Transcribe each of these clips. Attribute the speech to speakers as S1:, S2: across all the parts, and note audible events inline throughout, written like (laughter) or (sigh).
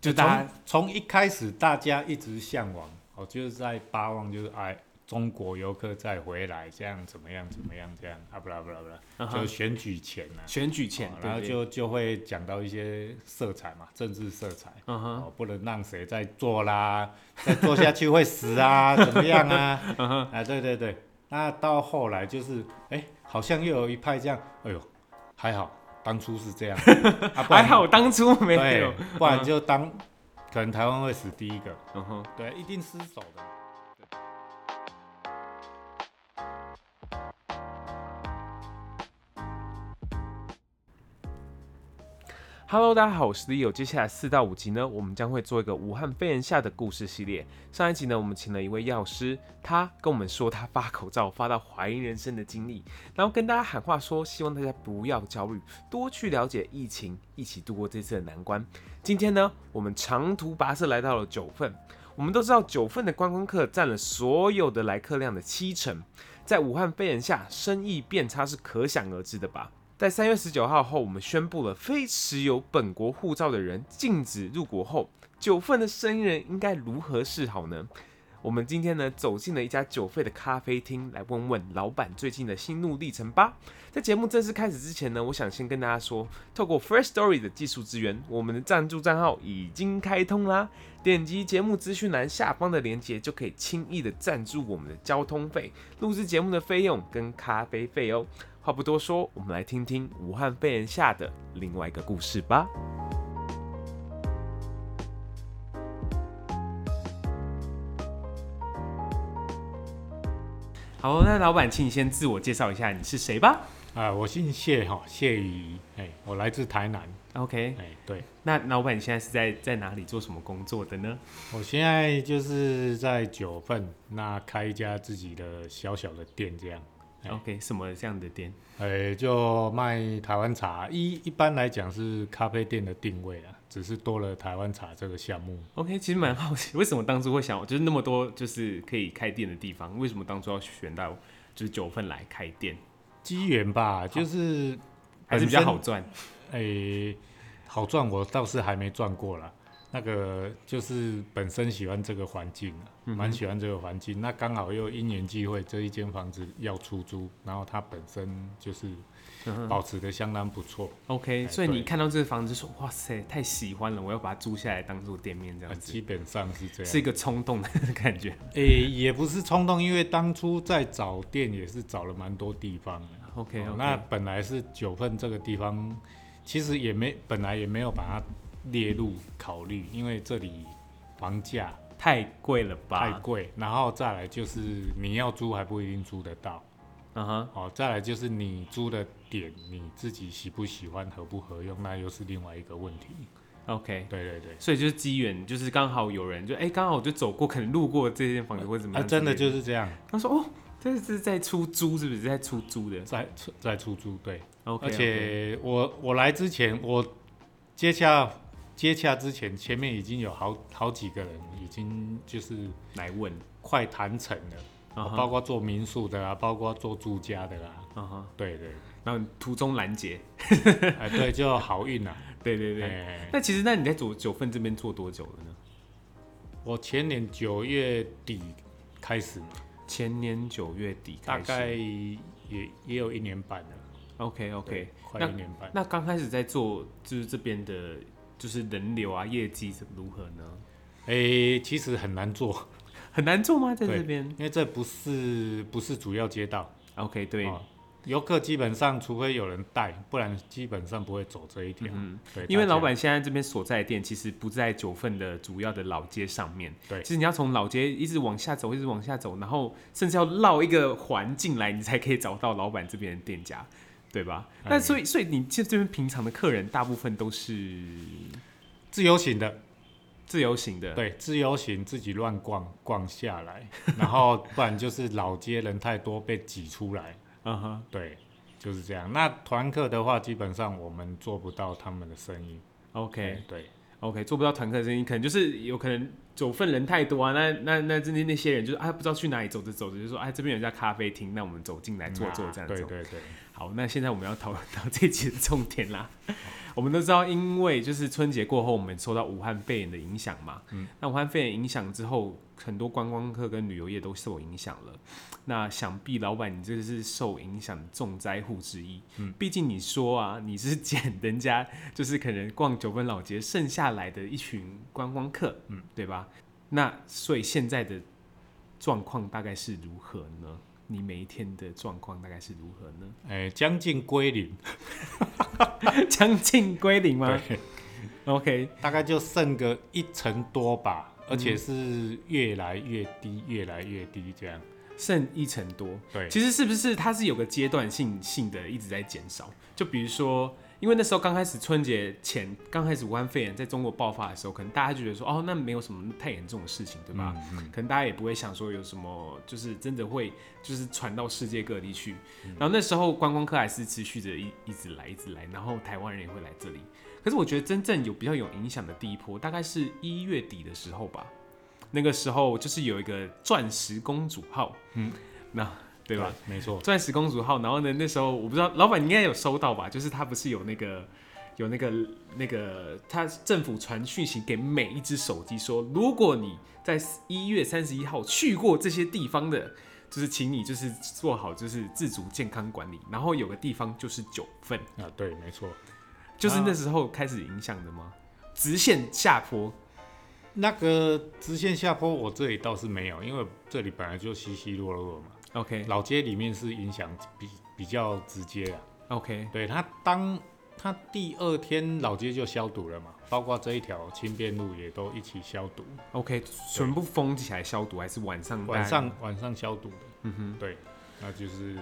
S1: 就
S2: 从
S1: 大家
S2: 从一开始大家一直向往，哦，就是在巴望，就是哎，中国游客再回来，这样怎么样怎么样这样啊，不啦不啦不啦，
S1: 嗯
S2: 就
S1: 哼
S2: 选举前呢、啊
S1: 选举前
S2: 哦，
S1: 对
S2: 然后
S1: 对
S2: 就就会讲到一些色彩嘛，政治色彩。
S1: 嗯哼
S2: 哦，不能让谁再做啦， (laughs) 再做下去会死
S1: (laughs)
S2: 啊，怎么样啊？啊，对对对，那到后来就是，哎，好像又有一派这样，哎呦，还好当初是这样，啊、不然
S1: 还好当初没
S2: 对
S1: 有，，
S2: 不然就当、可能台湾会死第一个，
S1: 嗯哼，
S2: 对，一定失手的。
S1: Hello，大家好，我是 Leo。接下来四到五集呢，我们将会做一个武汉肺炎下的故事系列。上一集呢，我们请了一位药师，他跟我们说他发口罩发到怀疑人生的经历，然后跟大家喊话说，希望大家不要焦虑，多去了解疫情，一起度过这次的难关。今天呢，我们长途跋涉来到了九份。我们都知道，九份的观光客占了所有的来客量的七成，在武汉肺炎下，生意变差是可想而知的吧。在三月十九号后，我们宣布了非持有本国护照的人禁止入国后，九份的生意人应该如何是好呢？我们今天呢走进了一家九份的咖啡厅，来问问老板最近的心路历程吧。在节目正式开始之前呢，我想先跟大家说，透过 First Story 的技术支援，我们的赞助账号已经开通啦。点击节目资讯栏下方的链接，就可以轻易的赞助我们的交通费、录制节目的费用跟咖啡费哦。话不多说，我们来听听武汉肺炎下的另外一个故事吧。好，那老板，请你先自我介绍一下你是谁吧。
S2: 啊，我姓谢哈，谢宇，哎，我来自台南，
S1: OK，
S2: 哎，对，
S1: 那老板，你现在是在在哪里做什么工作的呢？
S2: 我现在就是在九份那开一家自己的小小的店这样，哎
S1: OK，什么这样的店？
S2: 哎，就卖台湾茶，一一般来讲是咖啡店的定位啊，只是多了台湾茶这个项目。
S1: OK，其实蛮好奇， (laughs) 为什么当初会想，就是那么多就是可以开店的地方，为什么当初要选到就是九份来开店，
S2: 机缘吧，就是
S1: 还是比较好赚？
S2: 诶、哎好赚我倒是还没赚过啦。那个就是本身喜欢这个环境啊，
S1: 嗯
S2: 蛮、喜欢这个环境。那刚好又因缘际会，这一间房子要出租，然后它本身就是
S1: 嗯哼
S2: 保持的相当不错，
S1: OK，
S2: 哎
S1: 所以你
S2: 对
S1: 看到这个房子就说哇塞，太喜欢了，我要把它租下来当做店面这
S2: 呃
S1: 样子，
S2: 基本上是这样。
S1: 是一个冲动的感觉。
S2: 诶、也不是冲动，因为当初在找店也是找了蛮多地方的。
S1: OK
S2: 哦
S1: OK，
S2: 那本来是九份这个地方，其实也没本来也没有把它列入考虑，因为这里房价
S1: 太贵了
S2: 太
S1: 吧？
S2: 贵，然后再来就是你要租还不一定租得到
S1: 嗯哼，
S2: 哦，再来就是你租的点你自己喜不喜欢合不合用，那又是另外一个问题。
S1: OK，
S2: 对对对，
S1: 所以就是机缘，就是刚好有人就哎，刚、好我就走过，可能路过这间房子或者怎么
S2: 啊，
S1: 样、
S2: 真的就是这样，
S1: 他说哦，这是在出租，是不是在出租的
S2: 在出在出租对。
S1: ？OK，
S2: 而且我我来之前，我接洽接洽之前，前面已经有好好几个人已经就是
S1: 来问，
S2: 快谈成了，
S1: 啊哈
S2: 包括做民宿的啊，包括做住家的啊，
S1: 嗯哼，
S2: 对对， (laughs)
S1: 然后你途中拦截，
S2: 哎对，就好运啊。
S1: 对对对。
S2: 哎，
S1: 那其实，那你在九九份这边做多久了呢？
S2: 我前年九月底开始嘛，
S1: 前年九月底开
S2: 大
S1: 始，
S2: 概也也有一年半了
S1: OK OK
S2: 对。快一年半。
S1: 那刚开始在做，就是这边的，就是人流啊、业绩是如何呢？
S2: 哎，其实很难做，
S1: 很难做吗？在
S2: 对
S1: 这边
S2: 因为这不是不是主要街道。
S1: ？OK，对。
S2: 哦游客基本上，除非有人带，不然基本上不会走这一条。嗯，对，
S1: 因为
S2: 大家
S1: 老板现在这边所在的店其实不在九份的主要的老街上面，
S2: 对
S1: 其实你要从老街一直往下走，一直往下走，然后甚至要绕一个环进来，你才可以找到老板这边的店家，对吧？
S2: 哎
S1: 那所以所以你这这边平常的客人大部分都是
S2: 自由行的，
S1: 自由行的，，
S2: 对，自由行自己乱逛逛下来， (laughs) 然后不然就是老街人太多被挤出来，
S1: 嗯哼，
S2: 对，就是这样。那团客的话，基本上我们做不到他们的生意。
S1: ，OK
S2: 哎对，
S1: OK，做不到团客生意，可能就是有可能九份人太多啊，那那那那那啊些人就是啊不知道去哪里，走着走着就说哎、这边有一家咖啡厅，那我们走进来坐坐
S2: 那
S1: 这样子。
S2: 对对对，
S1: 好，那现在我们要讨论到这一集的重点啦。 (laughs) 我们都知道，因为就是春节过后，我们受到武汉肺炎的影响嘛。嗯。那武汉肺炎影响之后，很多观光客跟旅游业都受影响了。那想必老板，你这是受影响的重灾户之一。嗯。毕竟你说啊，你是捡人家就是可能逛九份老街剩下来的一群观光客，嗯，对吧？那所以现在的状况大概是如何呢？你每一天的状况大概是如何呢？
S2: 哎、将近归零，
S1: (laughs) 将近归零吗
S2: 对，
S1: ？OK，
S2: 大概就剩个一成多吧，而且
S1: 嗯
S2: 是越来越低，越来越低这样。
S1: 剩一成多。
S2: 对，
S1: 其实是不是它是有个阶段性性的一直在减少？就比如说，因为那时候刚开始春节前，刚开始武汉肺炎在中国爆发的时候，可能大家就觉得说，哦，那没有什么太严重的事情，对吧？可能大家也不会想说有什么，就是真的会就是传到世界各地去。然后那时候观光客还是持续着一一直来，一直来，然后台湾人也会来这里。可是我觉得真正有比较有影响的第一波，大概是一月底的时候吧。那个时候就是有一个钻石公主号，嗯，那对吧？？
S2: 没错，
S1: 钻石公主号，然后呢，那时候我不知道老板应该有收到吧？就是他不是有那个有那个那个，呃他政府传讯息给每一只手机说，如果你在一月三十一号去过这些地方的，就是请你就是做好就是自主健康管理，然后有个地方就是九份，
S2: 啊，对，没错。
S1: 就是那时候开始影响的吗？
S2: 啊
S1: 直线下坡，
S2: 那个直线下坡，我这里倒是没有，因为这里本来就稀稀落落嘛。
S1: OK
S2: 老街里面是影响比比较直接啊。
S1: OK，
S2: 对他当他第二天老街就消毒了嘛，包括这一条轻便路也都一起消毒，
S1: OK，全部封起来消毒，还是晚上
S2: 晚
S1: 戴
S2: 上晚上消毒的。
S1: 嗯哼，
S2: 对，那就是，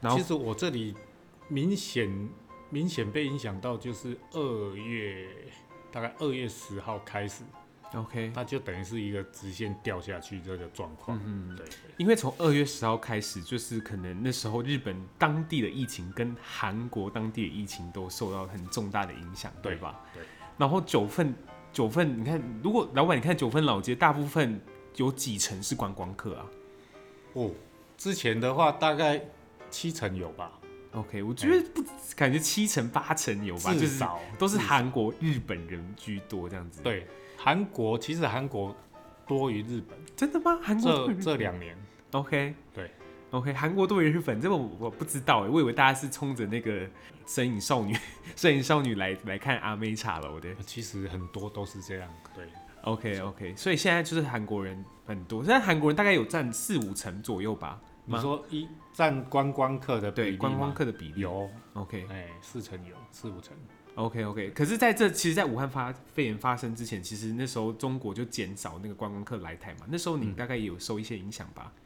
S1: 然后
S2: 其实我这里明显明显被影响到，就是二月大概二月十号开始，
S1: OK，
S2: 那就等于是一个直线掉下去这个状况。嗯，对，
S1: 因为从二月十号开始，就是可能那时候日本当地的疫情跟韩国当地的疫情都受到很重大的影响，
S2: 对
S1: 对吧？
S2: 对。
S1: 然后九份，九份，你看，如果老板，你看九份老街，大部分有几成是观光客啊
S2: 哦，之前的话大概七成有吧，
S1: ？OK，我觉得不，感觉七成八成有吧，
S2: 至
S1: 就是
S2: 少
S1: 都是
S2: 至少
S1: 韩国、日本人居多这样子。，
S2: 嗯对韩国，其实韩国多于日本，
S1: 真的吗？韩国多
S2: 这
S1: 于日
S2: 这两年
S1: OK，
S2: 对
S1: ，OK，韩国多于日本，这个我我不知道哎，我以为大家是冲着那个身影少女、 (laughs) 身影少女来来看阿妹茶楼的。
S2: 其实很多都是这样，对，
S1: OK OK，所以现在就是韩国人很多，现在韩国人大概有占四五成左右吧，
S2: 你说一占观光客的比例
S1: 对观光
S2: 吗
S1: 客的比例。
S2: 有，
S1: OK
S2: 哎、四成有，四五成。
S1: OK OK，可是在这其实，在武汉发肺炎发生之前，其实那时候中国就减少那个观光客来台嘛，那时候你大概也有受一些影响吧？
S2: 嗯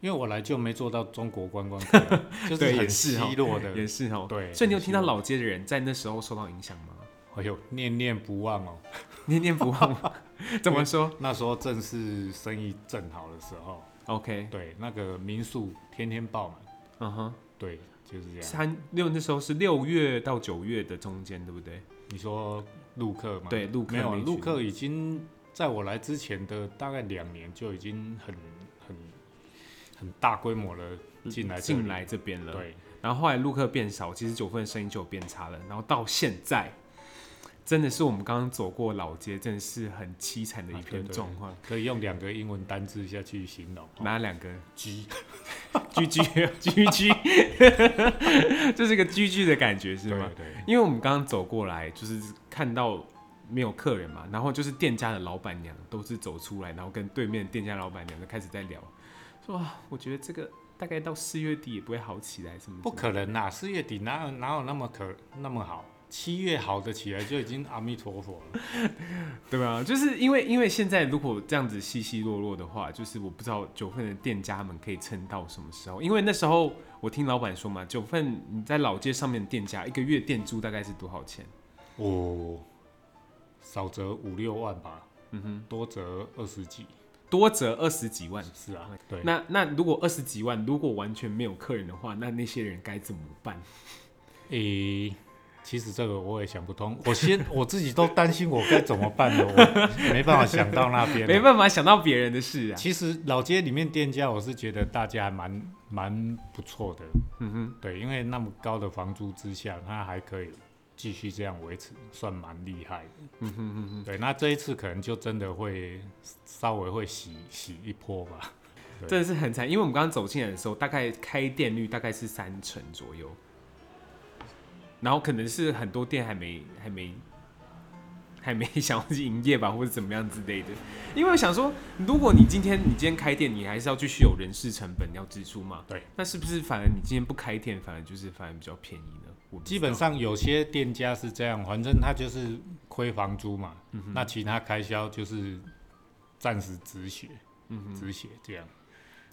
S2: 因为我来就没做到中国观光
S1: (laughs)
S2: 客，就是
S1: 对也
S2: 很
S1: 是
S2: 稀
S1: 哦
S2: 落的，
S1: 也是哦。
S2: 对
S1: 所以你有
S2: 很
S1: 听
S2: 希
S1: 到
S2: 望
S1: 老街的人在那时候受到影响吗？
S2: 哎呦，念念不忘哦。
S1: 念念不忘吗？ (laughs) 怎么说
S2: 那时候正是生意正好的时候，
S1: ？OK，
S2: 对，那个民宿天天爆满，
S1: 嗯哼，
S2: 对，就是这样。
S1: 三六那时候是六月到九月的中间，对不对？
S2: 你说陆客吗？，
S1: 对，陆客
S2: 没有
S1: 那一
S2: 陆
S1: 群
S2: 客已经在我来之前的大概两年就已经很很很大规模的进嗯来这里
S1: 进来这边了。，
S2: 对，
S1: 然后后来陆客变少，其实九份的生意就有变差了。然后到现在，真的是我们刚刚走过老街，真的是很凄惨的一
S2: 啊对
S1: 片
S2: 对
S1: 状况。
S2: 可以用两个英文单字下去形容。
S1: 哪两个 (laughs)
S2: G
S1: G G G (laughs) G，这是一个 G G 的感觉是
S2: 对
S1: 吗？
S2: 对，
S1: 因为我们刚刚走过来，就是看到没有客人嘛，然后就是店家的老板娘都是走出来，然后跟对面店家老板娘就开始在聊，说啊，我觉得这个大概到四月底也不会好起来，什么
S2: 不
S1: 什么
S2: 可能啦、四月底哪有哪有那么可那么好？七月好的起来就已经阿弥陀佛了。
S1: 对吧？就是因为因为现在如果这样子稀稀落落的话，就是我不知道九份的店家们可以撑到什么时候，因为那时候我听老板说嘛，九份你在老街上面的店家一个月店租大概是多少钱？
S2: 哦，少则五六万吧，嗯哼，多则二十几。
S1: 多则二十几万。
S2: 是啊，对，
S1: 那那如果二十几万，如果完全没有客人的话，那那些人该怎么办？
S2: 诶、其实这个我也想不通，我先 (laughs) 我自己都担心我该怎么办了，我没办法想到那边。啊
S1: 没办法想到别人的事啊。
S2: 其实老街里面店家，我是觉得大家还蛮蛮不错的，
S1: 嗯哼，
S2: 对，因为那么高的房租之下，他还可以继续这样维持，算蛮厉害的。
S1: 嗯哼嗯哼，
S2: 对，那这一次可能就真的会稍微会洗洗一波吧。对
S1: 真的是很惨，因为我们刚刚走进来的时候，大概开店率大概是三成左右，然后可能是很多店还没还没还没想要去营业吧，或者怎么样之类的。因为我想说，如果你今天你今天开店，你还是要继续有人事成本要支出嘛，
S2: 对，
S1: 那是不是反而你今天不开店，反而就是反而比较便宜呢？我不知
S2: 基本
S1: 道
S2: 上有些店家是这样，反正他就是亏房租嘛，
S1: 嗯
S2: 那其他开销就是暂时止血，
S1: 嗯
S2: 止血这样。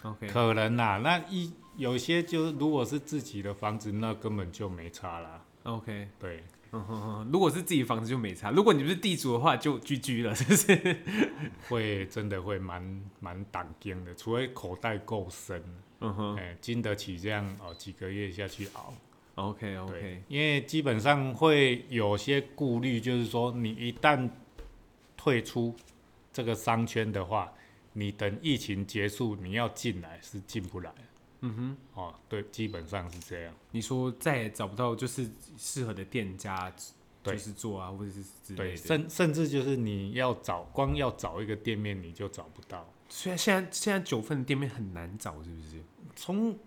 S1: ，OK，
S2: 可能啦、那一有些就是如果是自己的房子，那根本就没差啦。
S1: OK，
S2: 对，
S1: 嗯哼哼，如果是自己房子就没差，如果你不是地主的话就 GG 了，是 (laughs) 不是？
S2: 会真的会蛮蛮挡惊的，除非口袋够深，
S1: 嗯
S2: 哎、
S1: 哼
S2: 经得起这样哦几个月下去熬。
S1: ，OK
S2: 对
S1: OK，，
S2: 因为基本上会有些顾虑，就是说你一旦退出这个商圈的话，你等疫情结束，你要进来是进不来
S1: 嗯哼。
S2: 哦。对，基本上是这样。
S1: 你说再也找不到就是适合的店家，
S2: 对
S1: 就是做啊，或者是之类
S2: 对，
S1: 的。
S2: 甚甚至就是你要找，光要找一个店面你就找不到。
S1: 虽然现在现在九份店面很难找，是不是？
S2: 从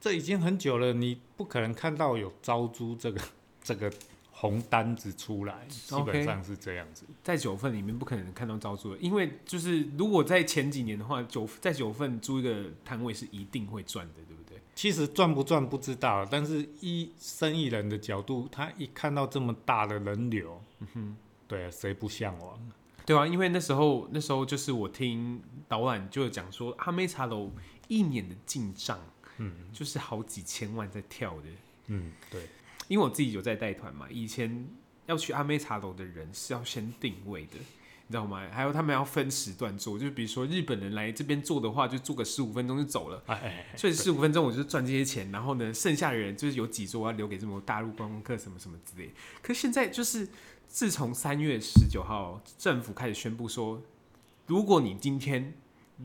S2: 这已经很久了，你不可能看到有招租这个 (laughs) 这个红单子出来，基
S1: 嗯 OK
S2: 本上是这样子。
S1: 在九份里面不可能看到招租的，因为就是如果在前几年的话，九在九份租一个摊位是一定会赚的，对不对？
S2: 其实赚不赚不知道，但是一生意人的角度，他一看到这么大的人流，嗯哼，对啊，谁不向往？
S1: 对啊，因为那时候那时候就是我听导览就有讲说，阿妹茶楼一年的进账
S2: 嗯
S1: 就是好几千万在跳的，
S2: 嗯，对，
S1: 因为我自己有在带团嘛，以前要去阿妹茶楼的人是要先定位的，你知道吗？还有他们要分时段做，就比如说日本人来这边做的话，就做个十五分钟就走了。
S2: 哎哎，哎
S1: 所以十五分钟我就赚这些钱，然后呢，剩下的人就是有几桌我要留给这么多大陆观光客什么什么之类的。可是现在就是自从三月十九号政府开始宣布说，如果你今天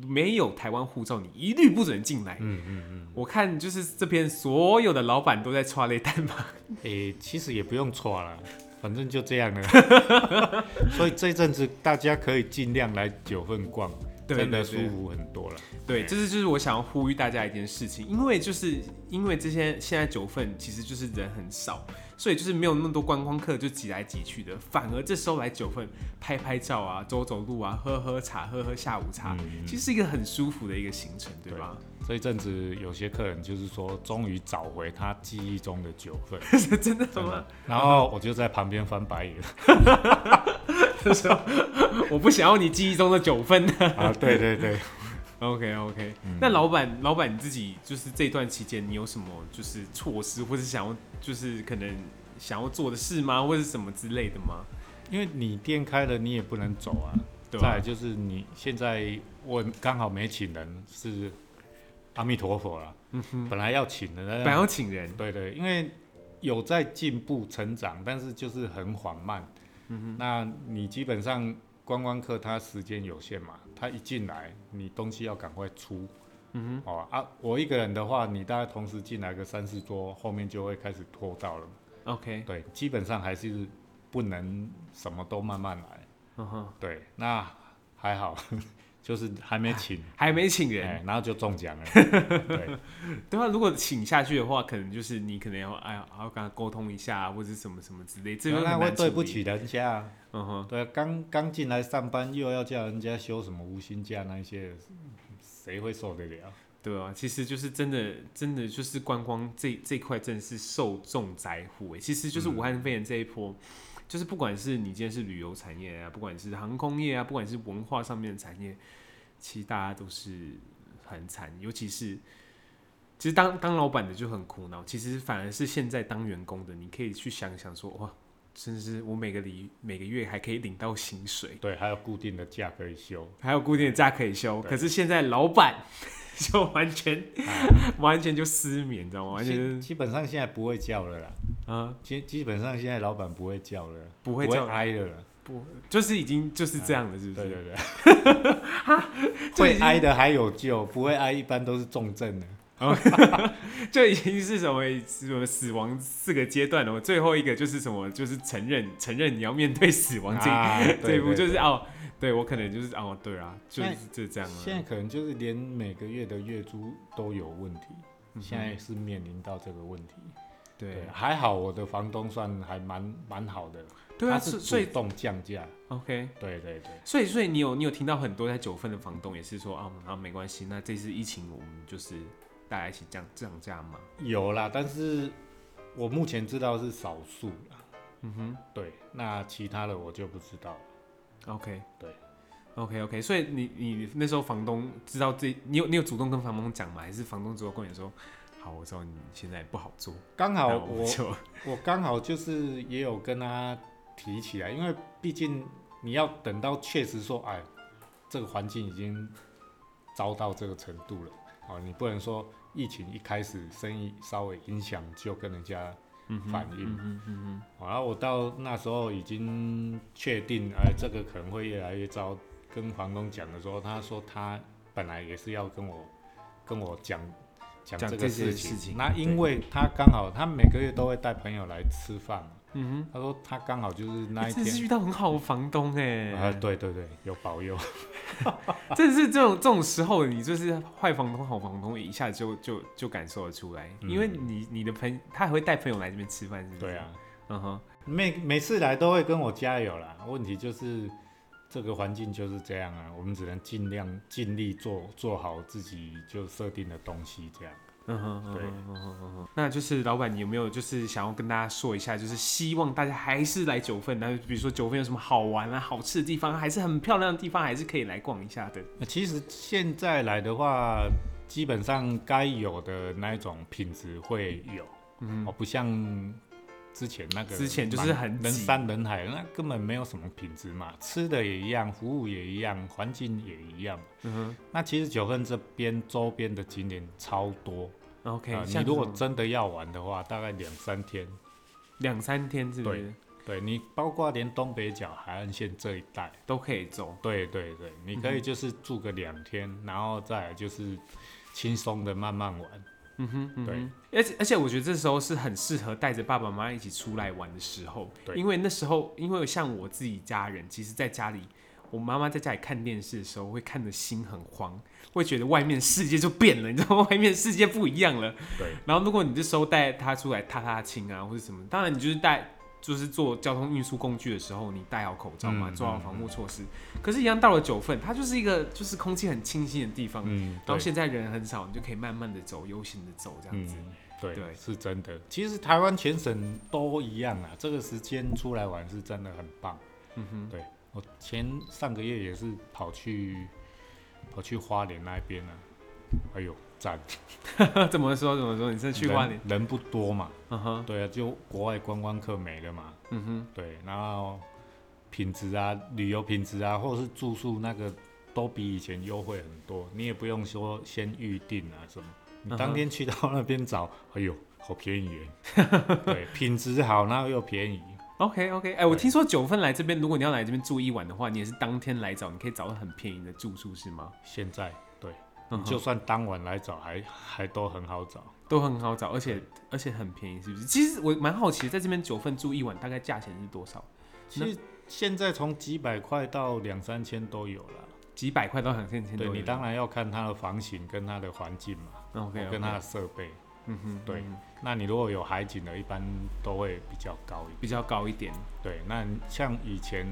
S1: 没有台湾护照，你一律不准进来。
S2: 嗯嗯
S1: 我看就是这边所有的老板都在刷雷蛋吧。
S2: 嗯，诶、其实也不用错了，反正就这样了。
S1: (laughs)
S2: 所以这阵子大家可以尽量来九份逛，
S1: 对
S2: 真的舒
S1: 对对
S2: 服很多了。
S1: 对，这是就是我想要呼吁大家一件事情，因为就是因为这些现在九份其实就是人很少，所以就是没有那么多观光客就挤来挤去的，反而这时候来九份拍拍照啊、走走路啊、喝喝茶、喝喝下午茶，
S2: 嗯
S1: 其实是一个很舒服的一个行程，对
S2: 对
S1: 吧？
S2: 这一阵子有些客人就是说，终于找回他记忆中的九份，
S1: 是 (laughs) 真的
S2: 真
S1: 吗
S2: 的？。然后我就在旁边翻白眼
S1: 这时候我不想要你记忆中的九份。
S2: 啊，对对对。
S1: OK OK，、那
S2: 嗯
S1: 老板，老板你自己就是这段期间，你有什么就是措施，或是想要就是可能想要做的事吗，或是什么之类的吗？
S2: (laughs) 因为你店开了，你也不能走啊。
S1: 对
S2: 再
S1: 吧
S2: 来？就是你现在我刚好没请人，是阿弥陀佛啦。
S1: 嗯哼，
S2: 本来要请的，
S1: 本
S2: 本
S1: 来要请人，
S2: 对对，因为有在进步成长，但是就是很缓慢。嗯那你基本上观光客他时间有限嘛，他一进来，你东西要赶快出。
S1: 嗯
S2: 哦啊，我一个人的话，你大概同时进来个三四桌，后面就会开始拖到了。
S1: 哼，OK，
S2: 对，基本上还是不能什么都慢慢来。
S1: 嗯哼，
S2: 对，那还好， (laughs) 就是还没请，
S1: 还没请人，
S2: 哎，然后就中奖了。对，
S1: 对啊，如果请下去的话，可能就是你可能要哎呀，还要跟他沟通一下，或者是什么什么之类， (laughs) 这个
S2: 那
S1: 很
S2: 会
S1: 难
S2: 对
S1: 处
S2: 不
S1: 理
S2: 起，人家啊。
S1: 嗯哼，
S2: 对，刚刚进来上班，又要叫人家休什么无薪假那一些，谁会受得了？
S1: 对啊，其实就是真的，真的就是观光这这块真的是受重灾户欸诶，其实就是武汉肺炎这一波。就是不管是你今天是旅游产业啊，不管是航空业啊，不管是文化上面的产业，其实大家都是很惨，尤其是其实当当老板的就很苦恼，其实反而是现在当员工的，你可以去想想说，哇，真的是我每个礼每个月还可以领到薪水，
S2: 对，还有固定的假可以休，
S1: 还有固定的假可以休，
S2: 对
S1: 可是现在老板 (laughs)
S2: 啊
S1: 就完全、完全就失眠，你知道吗？完全
S2: 基
S1: 就是
S2: 基本上现在不会叫了啦。
S1: 嗯，
S2: 基基本上现在老板不会叫了，
S1: 不
S2: 不
S1: 会
S2: 会
S1: 叫
S2: 挨了啦，
S1: 不就是已经就是这样了，是不
S2: 对
S1: 是？
S2: 对对，
S1: (laughs) 就已
S2: (laughs) 会
S1: 经
S2: 挨的还有救，不会挨一般都是重症的。
S1: 就已经是什么什么死亡四个阶段了，我最后一个就是什么，就是承认承认你要面对死亡这一、 (laughs)
S2: 啊
S1: 这一步，就。
S2: 对对
S1: 是
S2: 对
S1: 哦，对我可能就是哦，对啊，就是
S2: 那
S1: 就是这样
S2: 现在
S1: 啊。
S2: 可能就是连每个月的月租都有问题，
S1: 嗯哼
S2: 现在是面临到这个问题。
S1: 对啊
S2: 对，还好我的房东算还蛮蛮好的，
S1: 对啊，
S2: 他
S1: 所
S2: 是
S1: 以所以
S2: 主动降价。
S1: OK，
S2: 对对对，
S1: 所以所以你有你有听到很多在九份的房东也是说啊啊没关系，那这次疫情我们就是大家一起降降价嘛。
S2: 有啦，但是我目前知道是少数啦。
S1: 嗯
S2: 对，那其他的我就不知道了。
S1: 哼，OK，
S2: 对
S1: ，OK OK，所以你你那时候房东知道这，你有你有主动跟房东讲吗？还是房东主动跟你说，好，我知道你现在不好做，
S2: 刚好
S1: 那我们
S2: 我 (laughs)
S1: 就
S2: 我刚好就是也有跟他提起来，因为毕竟你要等到确实说，哎，这个环境已经糟到这个程度了，哦，你不能说疫情一开始生意稍微影响就跟人家，
S1: 嗯哼
S2: 反应
S1: 嗯哼嗯
S2: 哦然后我到那时候已经确定，哎，这个可能会越来越糟，跟房东讲的时候，他说他本来也是要跟我跟我讲。讲
S1: 讲
S2: 这
S1: 这
S2: 个
S1: 些
S2: 事
S1: 事情
S2: 那
S1: 对
S2: 因为他刚好，他每个月都会带朋友来吃饭，
S1: 哼嗯
S2: 他说他刚好就是
S1: 哼，
S2: 那
S1: 欸
S2: 一
S1: 真是
S2: 天
S1: 遇到很好的房东哎、
S2: (laughs) 啊，对对对，有保
S1: (laughs)
S2: 佑，
S1: 真的是这种这种时候，你就是坏房东、好房东，一下就就就感受得出来，
S2: 嗯
S1: 因为你你的朋他还会带朋友来这边吃饭，是不是？
S2: 对啊，，
S1: 嗯哼，
S2: 每每次来都会跟我加油啦。问题就是这个环境就是这样啊，我们只能尽量尽力做做好自己就设定的东西，这样。
S1: 嗯哼，
S2: 对
S1: 嗯哼，嗯哼嗯哼那就是老板，你有没有就是想要跟大家说一下，就是希望大家还是来九份，然后比如说九份有什么好玩啊、好吃的地方，还是很漂亮的地方，还是可以来逛一下的。
S2: 那其实现在来的话，基本上该有的那一种品质会有，
S1: 嗯
S2: 哦，不像之前那个
S1: 之前就是
S2: 满
S1: 很挤
S2: 人山人海，那根本没有什么品质嘛，吃的也一样，服务也一样，环境也一样。
S1: 嗯
S2: 那其实九份这边周边的景点超多，
S1: 哼，OK，、
S2: 啊，你
S1: 像
S2: 如
S1: 什
S2: 果
S1: 么
S2: 真的要玩的话，大概两三天。
S1: 两三天是不是
S2: 对对你，包括连东北角海岸线这一带，
S1: 都可以走？
S2: 对对对，你可
S1: 嗯
S2: 以就是住个两天，然后再来就是轻松的慢慢玩。
S1: 嗯哼，嗯
S2: 对
S1: 哼，而且而且我觉得这时候是很适合带着爸爸妈妈一起出来玩的时候，
S2: 对
S1: 因为那时候因为像我自己家人，其实在家里，我妈妈在家里看电视的时候会看的心很慌，会觉得外面世界就变了，你知道吗？外 (laughs) 面世界不一样了。
S2: 对，
S1: 然后如果你这时候带她出来踏踏青啊，或者什么，当然你就是带。就是做交通运输工具的时候，你戴好口罩嘛，
S2: 嗯
S1: 做好防护措施。可是，一样到了九份，它就是一个就是空气很清新的地方，
S2: 嗯，
S1: 然后
S2: 对
S1: 现在人很少，你就可以慢慢的走，悠闲的走这样子。
S2: 嗯，对，
S1: 对
S2: 是真的。其实台湾全省都一样啊，这个时间出来玩是真的很棒。
S1: 嗯哼，
S2: 对我前上个月也是跑去跑去花莲那边啊，哎呦，赞！
S1: (laughs) 怎么说怎么说？你是去花莲？
S2: 嗯人人不多嘛，
S1: 嗯哼，
S2: 对啊，就国外观光客没了嘛，
S1: 嗯哼，
S2: 对，然后品质啊、旅游品质啊，或是住宿那个，都比以前优惠很多，你也不用说先预定啊什么，你
S1: 嗯哼
S2: 当天去到那边找，哎呦，好便
S1: (laughs)
S2: 宜耶，对，品质好，然后又便宜，
S1: OK OK，哎、我
S2: 对
S1: 听说九份来这边，如果你要来这边住一晚的话，你也是当天来找，你可以找到很便宜的住宿是吗？
S2: 现在对。
S1: 嗯
S2: 你
S1: 哼
S2: 就算当晚来找还还都很好找，
S1: 都很好找，而且而且很便宜，是不是？其实我蛮好奇，在这边九份住一晚大概价钱是多少？
S2: 其实现在从几百块到两三千都有了。
S1: 几百块到两三千都
S2: 对
S1: 有。
S2: 你当然要看它的房型跟它的环境嘛，
S1: OK，,
S2: 跟它的设备。
S1: 嗯哼，
S2: 对
S1: 嗯哼
S2: 那你如果有海景的，一般都会比较高一点。
S1: 比较高一点。
S2: 对，那像以前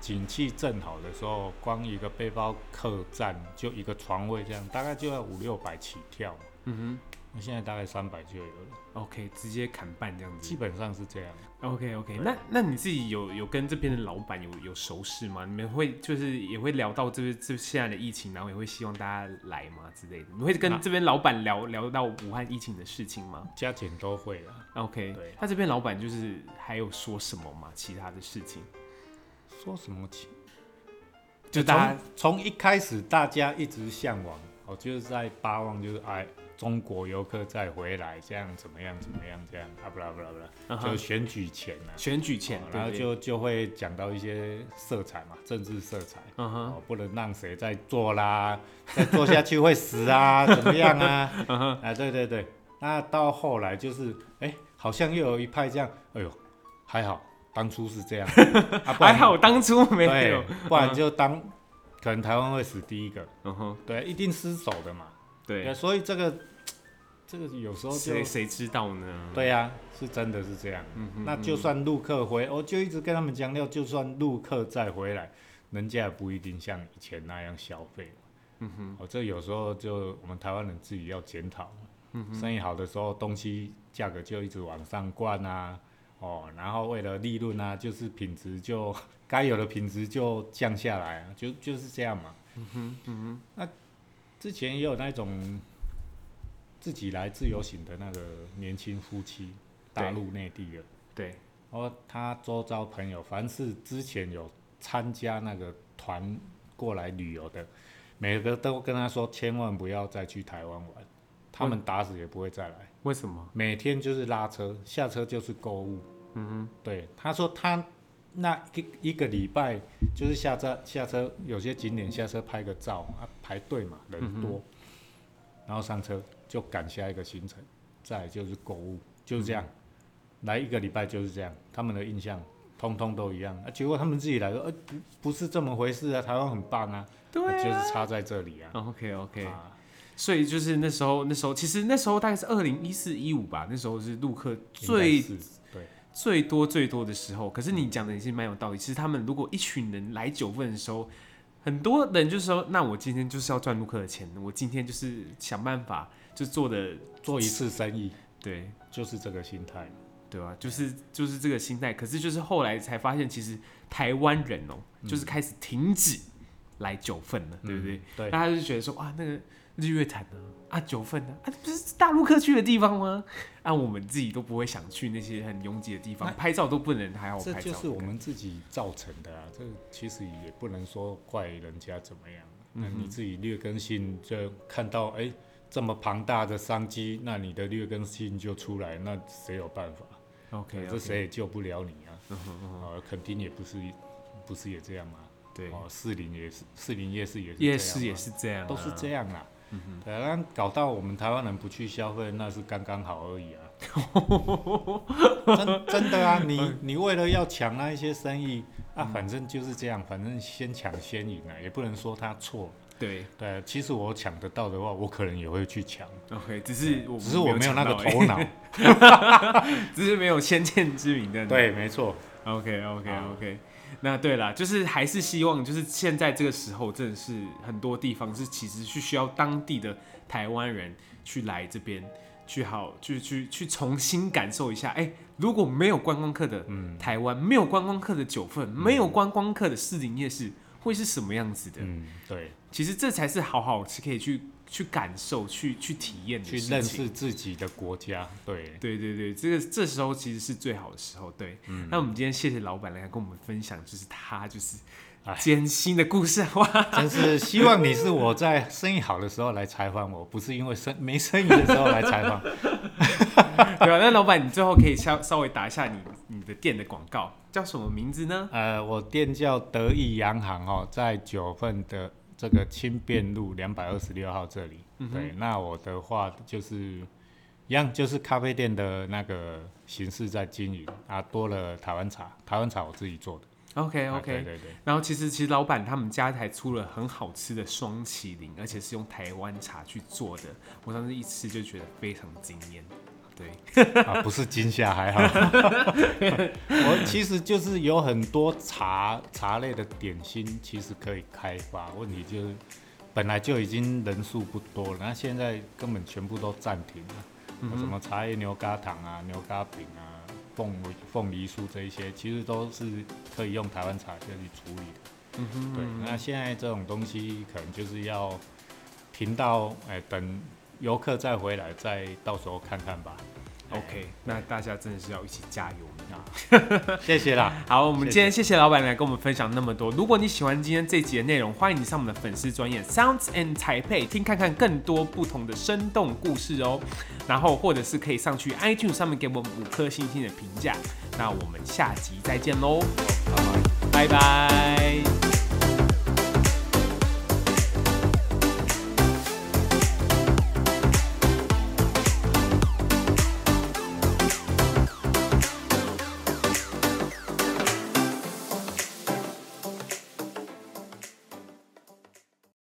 S2: 景气正好的时候，光一个背包客栈就一个床位这样，大概就要五六百起跳。
S1: 嗯
S2: 那现在大概三百就有了，
S1: 哼，OK，直接砍半这样子
S2: 基。本上是这样。
S1: OK OK，
S2: 对
S1: 那那你自己有有跟这边的老板有有熟识吗？你们会就是也会聊到这这现在的疫情，然后也会希望大家来吗之类的？你会跟
S2: 那
S1: 这边老板聊聊到武汉疫情的事情吗
S2: 加减都会啊啦。
S1: ？OK，
S2: 对
S1: 那这边老板就是还有说什么吗？其他的事情，
S2: 说什么起？
S1: 就大家
S2: 从从一开始大家一直向往，哦，就是在巴望就是哎，中国游客再回来，这样怎么样怎么样这样啊不啦不啦不
S1: 嗯
S2: 啦，
S1: 哼
S2: 就选举前啊，
S1: 选举前
S2: 哦，
S1: 对
S2: 然后
S1: 对
S2: 就就会讲到一些色彩
S1: (laughs)
S2: 嘛，政治色彩。
S1: 嗯哼，
S2: 哦，不能让谁再做啦， (laughs) 再做下去会
S1: (laughs)
S2: 死啊，怎么样啊？啊，对对对，那到后来就是，哎，好像又有一派这样，哎呦，还好当初是
S1: (laughs)
S2: 这样，啊，不然
S1: 还好当初没有啊
S2: 对，，不然就当可能台湾会死第一个，
S1: 嗯哼，
S2: 对，一定失手的嘛，
S1: 对，
S2: 所以这个这个有时候就
S1: 谁谁知道呢？嗯
S2: 对呀、是真的是这样。那就算陆客回，我就一直跟他们强调，就算陆客再回来，人家也不一定像以前那样消费。
S1: 嗯哼，
S2: 哦，这有时候就我们台湾人自己要检讨。嗯、生意好的时候，东西价格就一直往上灌啊，哦，然后为了利润啊，就是品质就该有的品质就降下来啊，就就是这样嘛。嗯哼，嗯哼。那之前也有那种自己来自由行的那个年轻夫妻，大陆内地的，
S1: 对，
S2: 哦，他周遭朋友，凡是之前有参加那个团过来旅游的，每个都跟他说，千万不要再去台湾玩，他们打死也不会再来。
S1: 为什么？
S2: 每天就是拉车，下车就是购物。嗯哼，对，他说他那一一个礼拜就是下车下车，有些景点下车拍个照啊，排队嘛，人多，然后上车就赶下一个行程，再来就是购物，就是这样，来一个礼拜就是这样，他们的印象通通都一样，啊，结果他们自己来说，呃，不不是这么回事啊，台湾很棒啊，
S1: 对
S2: 就是差在这里啊，
S1: ，OK OK，
S2: 啊，
S1: 哦所以就是那时候，那时候其实那时候大概是二零一四一五吧，那时候是陆客最
S2: 应该是对。
S1: 最多最多的时候。可是你讲的也是蛮有道理，其实他们如果一群人来九份的时候，很多人就说：“那我今天就是要赚陆客的钱，我今天就是想办法就做的
S2: 做一次生意
S1: 对。”
S2: 就是这个心态。
S1: 对吧、就是就是这个心态，可是就是后来才发现，其实台湾人哦、
S2: 嗯
S1: 就是开始停止来九份了，对嗯不对？
S2: 对
S1: 大家就觉得说，哇，那个日月潭呢、啊，九份呢、啊，啊，不是大陆客去的地方吗？啊，我们自己都不会想去那些很拥挤的地方，
S2: 那
S1: 拍照都不能还好
S2: 这
S1: 拍照。
S2: 就是我们自己造成的啊，这其实也不能说怪人家怎么样，那、
S1: 嗯
S2: 你自己劣根性就看到哎、这么庞大的商机，那你的劣根性就出来，那谁有办法？
S1: OK，
S2: 这谁也救不了你
S1: 啊
S2: 啊！
S1: 嗯哼嗯哼
S2: 呃，肯定也不是，不是也这样吗？
S1: 对，
S2: 哦，士林也是，士林夜市也是这样
S1: 夜
S2: 吗，
S1: 市也是这样啊、嗯
S2: 都是这样啦。对啊，那搞到我们台湾人不去消费，那是刚刚好
S1: (laughs)
S2: 而已啊。真真的啊，
S1: 嗯
S2: 你你为了要抢那一些生意啊，反正就是这样，反正先抢先赢啊，也不能说他错。
S1: 对
S2: 对啊、其实我抢得到的话，我可能也会去抢，
S1: ，OK，只是我
S2: 只是我没有那
S1: 想到
S2: 个
S1: 而已
S2: 头，
S1: (laughs)
S2: 脑。
S1: 只是没有先见之明
S2: (laughs)
S1: 的
S2: 对，没错，
S1: OK OK
S2: 啊
S1: OK，、那对啦，就是还是希望，就是现在这个时候，真的是很多地方是其实是需要当地的台湾人去来这边，去好去去去重新感受一下。哎、如果没有观光客的
S2: 嗯
S1: 台湾，没有观光客的九份，没有观光客的士林夜市，会是什么样子的？
S2: 嗯，对，
S1: 其实这才是好好是可以去去感受、去去体验的
S2: 去
S1: 事情。
S2: 认识自己的国家，
S1: (laughs)
S2: 对，
S1: 对对对，这个这时候其实是最好的时候。对，
S2: 嗯
S1: 那我们今天谢谢老板来跟我们分享，就是他就是
S2: 哎
S1: 艰辛的故事，
S2: (laughs)
S1: 哇，
S2: 真是希望你是我在生意好的时候来采访我，不是因为生没生意的时候来采访。
S1: 对吧、那老板，你最后可以稍稍微打一下你你的店的广告，叫什么名字呢？
S2: 呃，我店叫德意洋行哦，在九份的这个清变路两百二十六号这里。对，那我的话就是一样，就是咖啡店的那个形式在经营啊，多了台湾茶，台湾茶我自己做的。
S1: OK
S2: 啊
S1: 哎 OK，、
S2: 对对对，
S1: 然后其实其实老板他们家还出了很好吃的双麒麟，而且是用台湾茶去做的，我当时一吃就觉得非常惊艳。对，
S2: (laughs) 啊，不是惊吓还好。 (laughs) 我其实就是有很多茶茶类的点心，其实可以开发。问题就是本来就已经人数不多了，那现在根本全部都暂停了。
S1: 嗯
S2: 什么茶叶牛轧糖啊、牛轧饼啊、凤梨凤梨酥这一些，其实都是可以用台湾茶就去处理的。
S1: 嗯哼，
S2: 对，那现在这种东西可能就是要停到哎、等游客再回来，再到时候看看吧。哎
S1: OK，那大家真的是要一起加油呢。
S2: 谢谢啦，
S1: 好，我们
S2: 谢谢
S1: 今天谢谢老板来跟我们分享那么多。如果你喜欢今天这集的内容，欢迎你上我们的粉丝专业 Sounds and Taipei 听看看更多不同的生动故事哦。然后或者是可以上去 iTunes 上面给我们五颗星星的评价。那我们下集再见喽，拜
S2: 拜拜。
S1: 拜。